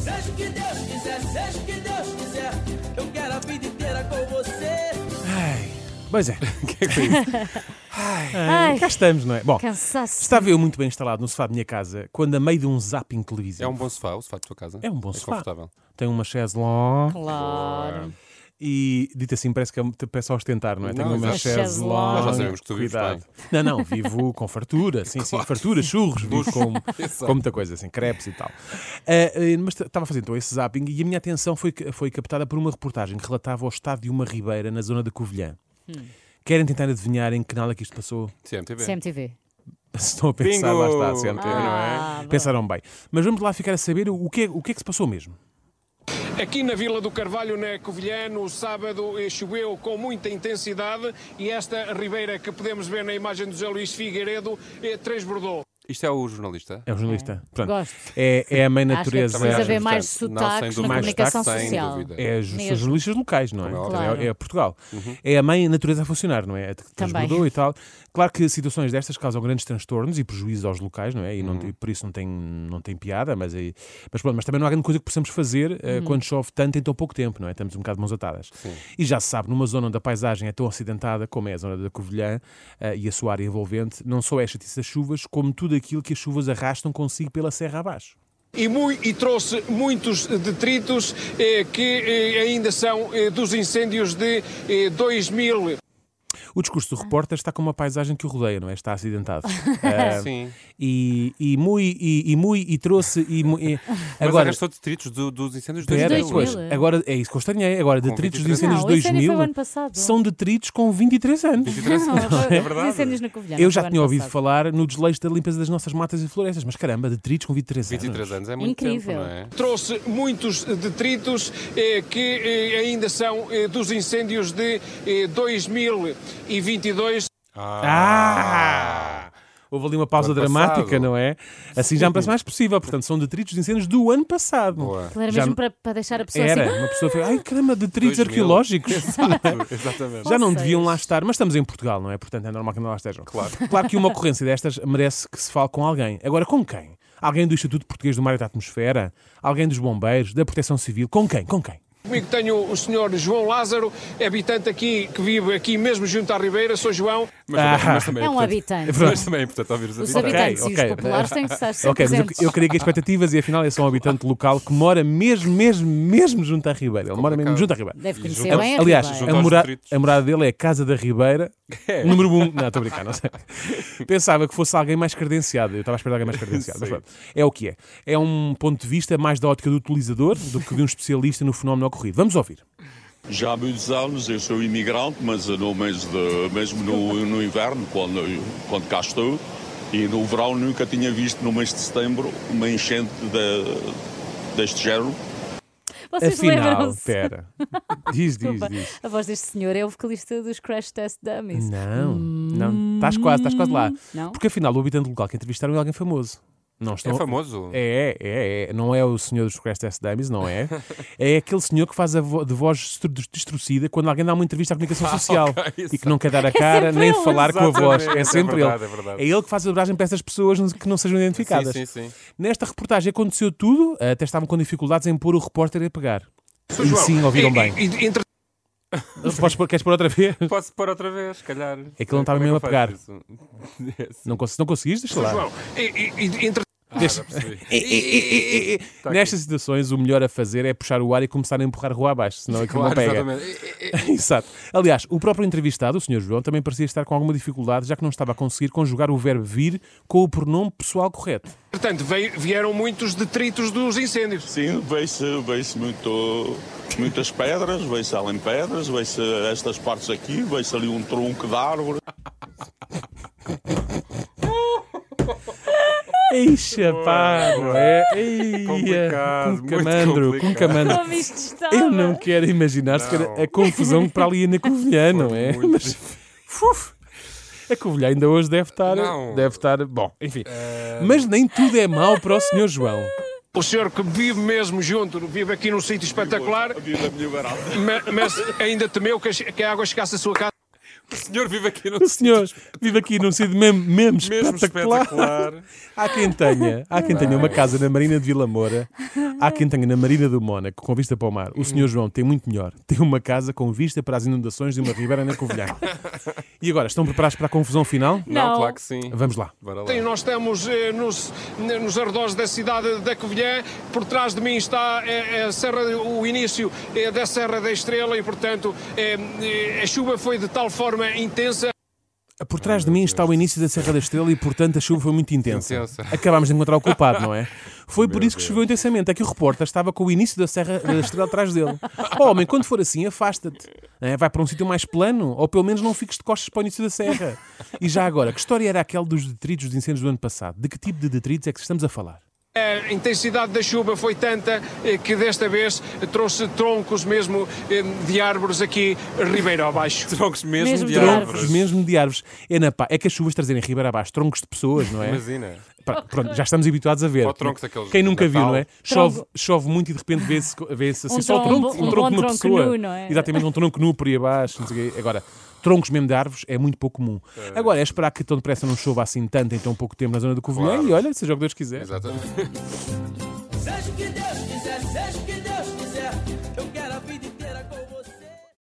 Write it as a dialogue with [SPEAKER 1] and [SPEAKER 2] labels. [SPEAKER 1] Seja o que Deus quiser, seja o que Deus quiser. Eu quero a vida inteira com você.
[SPEAKER 2] Ai, pois é. que é que foi isso? Ai,
[SPEAKER 3] Ai.
[SPEAKER 2] Cá estamos, não é? Bom,
[SPEAKER 3] Cansaço.
[SPEAKER 2] estava eu muito bem instalado no sofá da minha casa quando, a meio de um zapping
[SPEAKER 4] É
[SPEAKER 2] televisivo,
[SPEAKER 4] um bom sofá, o sofá da tua casa?
[SPEAKER 2] É um bom sofá.
[SPEAKER 4] É confortável.
[SPEAKER 2] tem uma chaise longue
[SPEAKER 3] Claro.
[SPEAKER 2] e, dito assim, parece que é parece ostentar, não é? Tem
[SPEAKER 4] Não,
[SPEAKER 2] uma
[SPEAKER 4] exato.
[SPEAKER 2] chaise
[SPEAKER 3] Chaise
[SPEAKER 2] longue.
[SPEAKER 3] longue. Nós já
[SPEAKER 4] sabemos que tu vives
[SPEAKER 2] Cuidado. Não, não, vivo com fartura, sim, sim, fartura, churros, vivo com, com muita coisa, assim, crepes e tal. Ah, ah, mas t- estava a fazer então esse zapping e a minha atenção foi, ca- foi captada por uma reportagem que relatava o estado de uma ribeira na zona da Covilhã. Querem tentar adivinhar em que canal é que isto passou?
[SPEAKER 4] CMTV.
[SPEAKER 3] CMTV.
[SPEAKER 2] Se estão a pensar,
[SPEAKER 4] Bingo!
[SPEAKER 2] lá está, CMTV,
[SPEAKER 3] Ah,
[SPEAKER 2] não é? Pensaram bem. Mas vamos lá ficar a saber o que é, o que, é que se passou mesmo.
[SPEAKER 5] Aqui na Vila do Carvalho, na Covilhã, no sábado eh, choveu com muita intensidade e esta ribeira que podemos ver na imagem do José Luís Figueiredo eh, transbordou.
[SPEAKER 4] Isto é o jornalista?
[SPEAKER 2] É um jornalista. Portanto,
[SPEAKER 3] Gosto.
[SPEAKER 2] É, é a mãe
[SPEAKER 3] que
[SPEAKER 2] natureza.
[SPEAKER 3] precisa haver
[SPEAKER 4] acho
[SPEAKER 3] mais
[SPEAKER 4] importante. Não, sem
[SPEAKER 3] sotaques
[SPEAKER 4] dúvida.
[SPEAKER 3] na
[SPEAKER 2] Mais
[SPEAKER 3] comunicação
[SPEAKER 2] sotaques, sem
[SPEAKER 3] social.
[SPEAKER 4] dúvida.
[SPEAKER 2] É, os-
[SPEAKER 3] Mesmo.
[SPEAKER 2] são jornalistas locais, não é?
[SPEAKER 4] Como é
[SPEAKER 2] Portanto,
[SPEAKER 3] óbvio.
[SPEAKER 2] É, é Portugal. É a mãe natureza a funcionar, não é? A que
[SPEAKER 3] Também.
[SPEAKER 2] transbordou e tal. Claro que situações destas causam grandes transtornos e prejuízos aos locais, não é? E não- e por isso não tem, não tem piada, mas, aí- mas pronto, mas também não há grande coisa que possamos fazer
[SPEAKER 3] Uhum.
[SPEAKER 2] eh, quando chove tanto em tão pouco tempo, não é? Estamos um bocado de mãos atadas. E já se sabe, numa zona onde a paisagem é tão acidentada como é a zona da Covilhã eh, e a sua área envolvente, não só é chatice das chuvas, como tudo aquilo que as chuvas arrastam consigo pela serra abaixo.
[SPEAKER 5] E, mui- e trouxe muitos detritos eh, que eh, ainda são eh, dos incêndios de eh, 2000.
[SPEAKER 2] O discurso
[SPEAKER 3] Ah.
[SPEAKER 2] do repórter está com uma paisagem que o rodeia, não é? Está acidentado. Ah,
[SPEAKER 4] Sim.
[SPEAKER 2] E, e mui, e, e mui, e trouxe, e... mu- e-
[SPEAKER 4] Mas
[SPEAKER 2] Agora,
[SPEAKER 4] arrastou detritos do, dos incêndios de
[SPEAKER 2] espera,
[SPEAKER 3] 2000,
[SPEAKER 2] pois,
[SPEAKER 3] é?
[SPEAKER 2] agora, é isso que eu estranhei. Agora, detritos dos
[SPEAKER 4] 23
[SPEAKER 2] incêndios
[SPEAKER 3] Não,
[SPEAKER 2] de
[SPEAKER 3] o incêndio
[SPEAKER 2] 2000
[SPEAKER 3] foi o ano passado.
[SPEAKER 2] são detritos com 23 anos.
[SPEAKER 3] é verdade. incêndios na Covilhã.
[SPEAKER 2] Eu
[SPEAKER 3] não
[SPEAKER 2] já
[SPEAKER 3] foi
[SPEAKER 2] tinha
[SPEAKER 3] ano
[SPEAKER 2] ouvido
[SPEAKER 3] passado.
[SPEAKER 2] falar no desleixo da limpeza das nossas matas e florestas, mas caramba, detritos com 23 anos.
[SPEAKER 4] 23 anos é muito
[SPEAKER 3] Incrível.
[SPEAKER 4] tempo, não é?
[SPEAKER 5] Trouxe muitos detritos eh, que eh, ainda são eh, dos incêndios de eh, 2022.
[SPEAKER 2] Ah! Houve ali uma pausa
[SPEAKER 4] Do ano passado.
[SPEAKER 2] dramática, não é? Assim já me parece mais possível. Portanto, são detritos de incêndios do ano passado.
[SPEAKER 4] Boa.
[SPEAKER 3] Aquilo Era
[SPEAKER 2] Já-
[SPEAKER 3] mesmo para, para deixar a pessoa
[SPEAKER 2] Era,
[SPEAKER 3] um assim.
[SPEAKER 2] uma pessoa foi, ai caramba, detritos
[SPEAKER 4] 2000.
[SPEAKER 2] arqueológicos.
[SPEAKER 4] Exatamente.
[SPEAKER 2] Já não
[SPEAKER 3] Fósseis.
[SPEAKER 2] deviam lá estar, mas estamos em Portugal, não é? Portanto, é normal que não lá estejam. Claro. que uma ocorrência destas merece que se fale com alguém. Agora, com quem? Alguém do Instituto Português do Mar e da Atmosfera? Alguém dos Bombeiros? Da Proteção Civil? Com quem? Com quem?
[SPEAKER 5] Comigo tenho o senhor João Lázaro, habitante aqui, que vive aqui mesmo junto à Ribeira. Sou João.
[SPEAKER 4] Mas,
[SPEAKER 2] Ah!
[SPEAKER 4] também- mas também
[SPEAKER 3] É um
[SPEAKER 4] importante-
[SPEAKER 3] habitante.
[SPEAKER 4] Mas também é importante ouvir os
[SPEAKER 3] Os
[SPEAKER 4] habitantes.
[SPEAKER 3] habitantes e
[SPEAKER 2] ok.
[SPEAKER 3] os populares têm que estar sempre
[SPEAKER 2] Ok, mas eu,
[SPEAKER 3] presentes.
[SPEAKER 2] eu queria que expectativas e afinal é só um habitante local que mora mesmo, mesmo, mesmo junto à Ribeira. Ele mora mesmo junto à Ribeira.
[SPEAKER 3] Deve
[SPEAKER 4] É,
[SPEAKER 3] conhecer bem a
[SPEAKER 2] Aliás,
[SPEAKER 3] Ribeira.
[SPEAKER 4] Junto
[SPEAKER 2] a,
[SPEAKER 4] aos
[SPEAKER 2] mora-
[SPEAKER 4] distritos. É.
[SPEAKER 2] a morada dele é a Casa da Ribeira, número 1. Um. Não, estou a brincar, não sei. Pensava que fosse alguém mais credenciado. Eu estava a esperar alguém mais credenciado. mas
[SPEAKER 4] Sim.
[SPEAKER 2] pronto, é o que é. É um ponto de vista mais da ótica do utilizador do que de um especialista no fenómeno ocorrido. Vamos ouvir.
[SPEAKER 6] Já há muitos anos eu sou imigrante, mas no mês de, mesmo no, no inverno, quando, quando cá estou, e no verão nunca tinha visto no mês de setembro uma enchente de- deste género.
[SPEAKER 3] Vocês
[SPEAKER 2] Afinal,
[SPEAKER 3] lembram-se?
[SPEAKER 2] espera. Diz, diz,
[SPEAKER 3] Desculpa.
[SPEAKER 2] diz.
[SPEAKER 3] A voz deste senhor é o vocalista dos Crash Test Dummies.
[SPEAKER 2] Não, não. Estás quase, estás quase lá.
[SPEAKER 3] Hum. Não?
[SPEAKER 2] Porque afinal, o habitante local que entrevistaram é alguém famoso. Não estão...
[SPEAKER 4] É famoso.
[SPEAKER 2] É, é, é. Não é o senhor dos Crash Test Dummies, não é? É aquele senhor que faz a vo- de voz destru- destruída quando alguém dá uma entrevista à comunicação social
[SPEAKER 4] Ah, ok,
[SPEAKER 2] e que não quer dar a cara
[SPEAKER 3] É sempre
[SPEAKER 2] nem
[SPEAKER 3] ele.
[SPEAKER 2] falar com a voz. É
[SPEAKER 4] Exatamente,
[SPEAKER 2] sempre
[SPEAKER 4] é verdade,
[SPEAKER 2] ele.
[SPEAKER 4] é verdade.
[SPEAKER 2] ele que faz a dobragem para essas pessoas que não sejam identificadas.
[SPEAKER 4] Sim, sim, sim.
[SPEAKER 2] Nesta reportagem aconteceu tudo, até estavam com dificuldades em pôr o repórter a pegar.
[SPEAKER 5] Sou
[SPEAKER 2] E
[SPEAKER 5] João.
[SPEAKER 2] sim, ouviram
[SPEAKER 5] E-
[SPEAKER 2] bem.
[SPEAKER 5] e- entre-
[SPEAKER 2] Podes pôr- queres pôr outra vez?
[SPEAKER 4] Posso pôr outra vez, se calhar.
[SPEAKER 2] É que ele não estava
[SPEAKER 4] Como
[SPEAKER 2] mesmo
[SPEAKER 4] que
[SPEAKER 2] a
[SPEAKER 4] eu
[SPEAKER 2] pegar.
[SPEAKER 4] faço isso? É, sim.
[SPEAKER 2] Não, cons não conseguiste? Deixa lá.
[SPEAKER 5] João, e- e- e- entre-
[SPEAKER 4] Ah, já percebi. Tá
[SPEAKER 2] Nestas situações, o melhor a fazer é puxar o ar e começar a empurrar rua abaixo, senão aquilo não
[SPEAKER 4] Claro,
[SPEAKER 2] pega.
[SPEAKER 4] exatamente.
[SPEAKER 2] Exato. Aliás, o próprio entrevistado, o Sr. João, também parecia estar com alguma dificuldade, já que não estava a conseguir conjugar o verbo vir com o pronome pessoal correto.
[SPEAKER 5] Portanto, veio- vieram muitos detritos dos incêndios.
[SPEAKER 6] Sim, vê-se vê muito, muitas pedras, vê-se além pedras, vê-se estas partes aqui, vê-se ali um tronco de árvore.
[SPEAKER 2] Eixa, pá, não é? Eia,
[SPEAKER 4] Complicado,
[SPEAKER 2] com
[SPEAKER 4] muito
[SPEAKER 2] camandro, com
[SPEAKER 4] complicado.
[SPEAKER 2] camandro.
[SPEAKER 3] Como isto é? estava.
[SPEAKER 2] Eu não quero imaginar sequer
[SPEAKER 4] Não.
[SPEAKER 2] a confusão que para ali ia na Covilhã, não é?
[SPEAKER 4] muito
[SPEAKER 2] Mas, uf, a Covilhã ainda hoje deve estar,
[SPEAKER 4] Não.
[SPEAKER 2] deve estar, bom, enfim. Mas nem tudo é mau para o Sr. João.
[SPEAKER 5] O senhor que vive mesmo junto, vive aqui num sítio espetacular,
[SPEAKER 6] Viva a minha barata.
[SPEAKER 5] ma- mas ainda temeu que a- que a água chegasse à sua casa.
[SPEAKER 4] O senhor vive aqui no
[SPEAKER 2] O senhor vive aqui num sítio mesmo, mesmo,
[SPEAKER 4] mesmo
[SPEAKER 2] espetacular.
[SPEAKER 4] espetacular.
[SPEAKER 2] Há quem tenha, há quem tenha uma casa na Marina de Vila Moura, Há quem tenha na Marina do Mónaco, com vista para o mar. O senhor João tem muito melhor. Tem uma casa com vista para as inundações de uma ribeira na Covilhã. E agora, estão preparados para a confusão final?
[SPEAKER 4] Não,
[SPEAKER 3] Não.
[SPEAKER 4] claro que sim.
[SPEAKER 2] Vamos lá.
[SPEAKER 4] Bora lá.
[SPEAKER 5] E nós estamos eh, nos, nos arredores da cidade da Covilhã. Por trás de mim está eh, a Serra, o início eh, da Serra da Estrela e, portanto, eh, eh, a chuva foi de tal forma intensa.
[SPEAKER 2] Ah, Por trás de mim está o início da Serra da Estrela e, portanto, a chuva foi muito intensa.
[SPEAKER 4] Intensa.
[SPEAKER 2] Acabámos de encontrar o culpado, não é? Foi por isso que choveu intensamente. É que o repórter estava com o início da Serra da Estrela atrás dele. Oh, homem, quando for assim, afasta-te. É, Vai para um sítio mais plano ou pelo menos não fiques de costas para o início da Serra. E já agora, que história era aquela dos detritos de incêndios do ano passado? De que tipo de detritos é que estamos a falar?
[SPEAKER 5] A intensidade da chuva foi tanta eh, que desta vez trouxe troncos mesmo eh, de árvores aqui ribeiro abaixo.
[SPEAKER 4] Troncos mesmo,
[SPEAKER 3] Mesmo
[SPEAKER 4] de
[SPEAKER 3] de
[SPEAKER 4] árvores.
[SPEAKER 2] Troncos mesmo de árvores. É, na pá, é que as chuvas trazerem ribeira abaixo troncos de pessoas, não é?
[SPEAKER 4] Imagina.
[SPEAKER 2] Pá, pronto, já estamos habituados a ver.
[SPEAKER 4] Ou troncos daqueles
[SPEAKER 2] Quem
[SPEAKER 4] de
[SPEAKER 2] nunca viu,
[SPEAKER 4] Natal.
[SPEAKER 2] não é? Chove, chove muito e de repente vê-se vê assim
[SPEAKER 3] Um
[SPEAKER 2] só o
[SPEAKER 3] tronco,
[SPEAKER 2] tronco,
[SPEAKER 3] um
[SPEAKER 2] tronco de
[SPEAKER 3] bom
[SPEAKER 2] uma
[SPEAKER 3] tronco
[SPEAKER 2] pessoa.
[SPEAKER 3] nu, não é?
[SPEAKER 2] Exatamente, um tronco nu por aí abaixo. não sei o quê. Agora, troncos mesmo de árvores é muito pouco comum. Agora, é esperar que tão depressa não chova assim tanto em tão pouco tempo na zona do Covilhã
[SPEAKER 4] Claro.
[SPEAKER 2] e olha, seja o que Deus quiser.
[SPEAKER 4] Exatamente.
[SPEAKER 1] Seja o que Deus quiser, seja o que Deus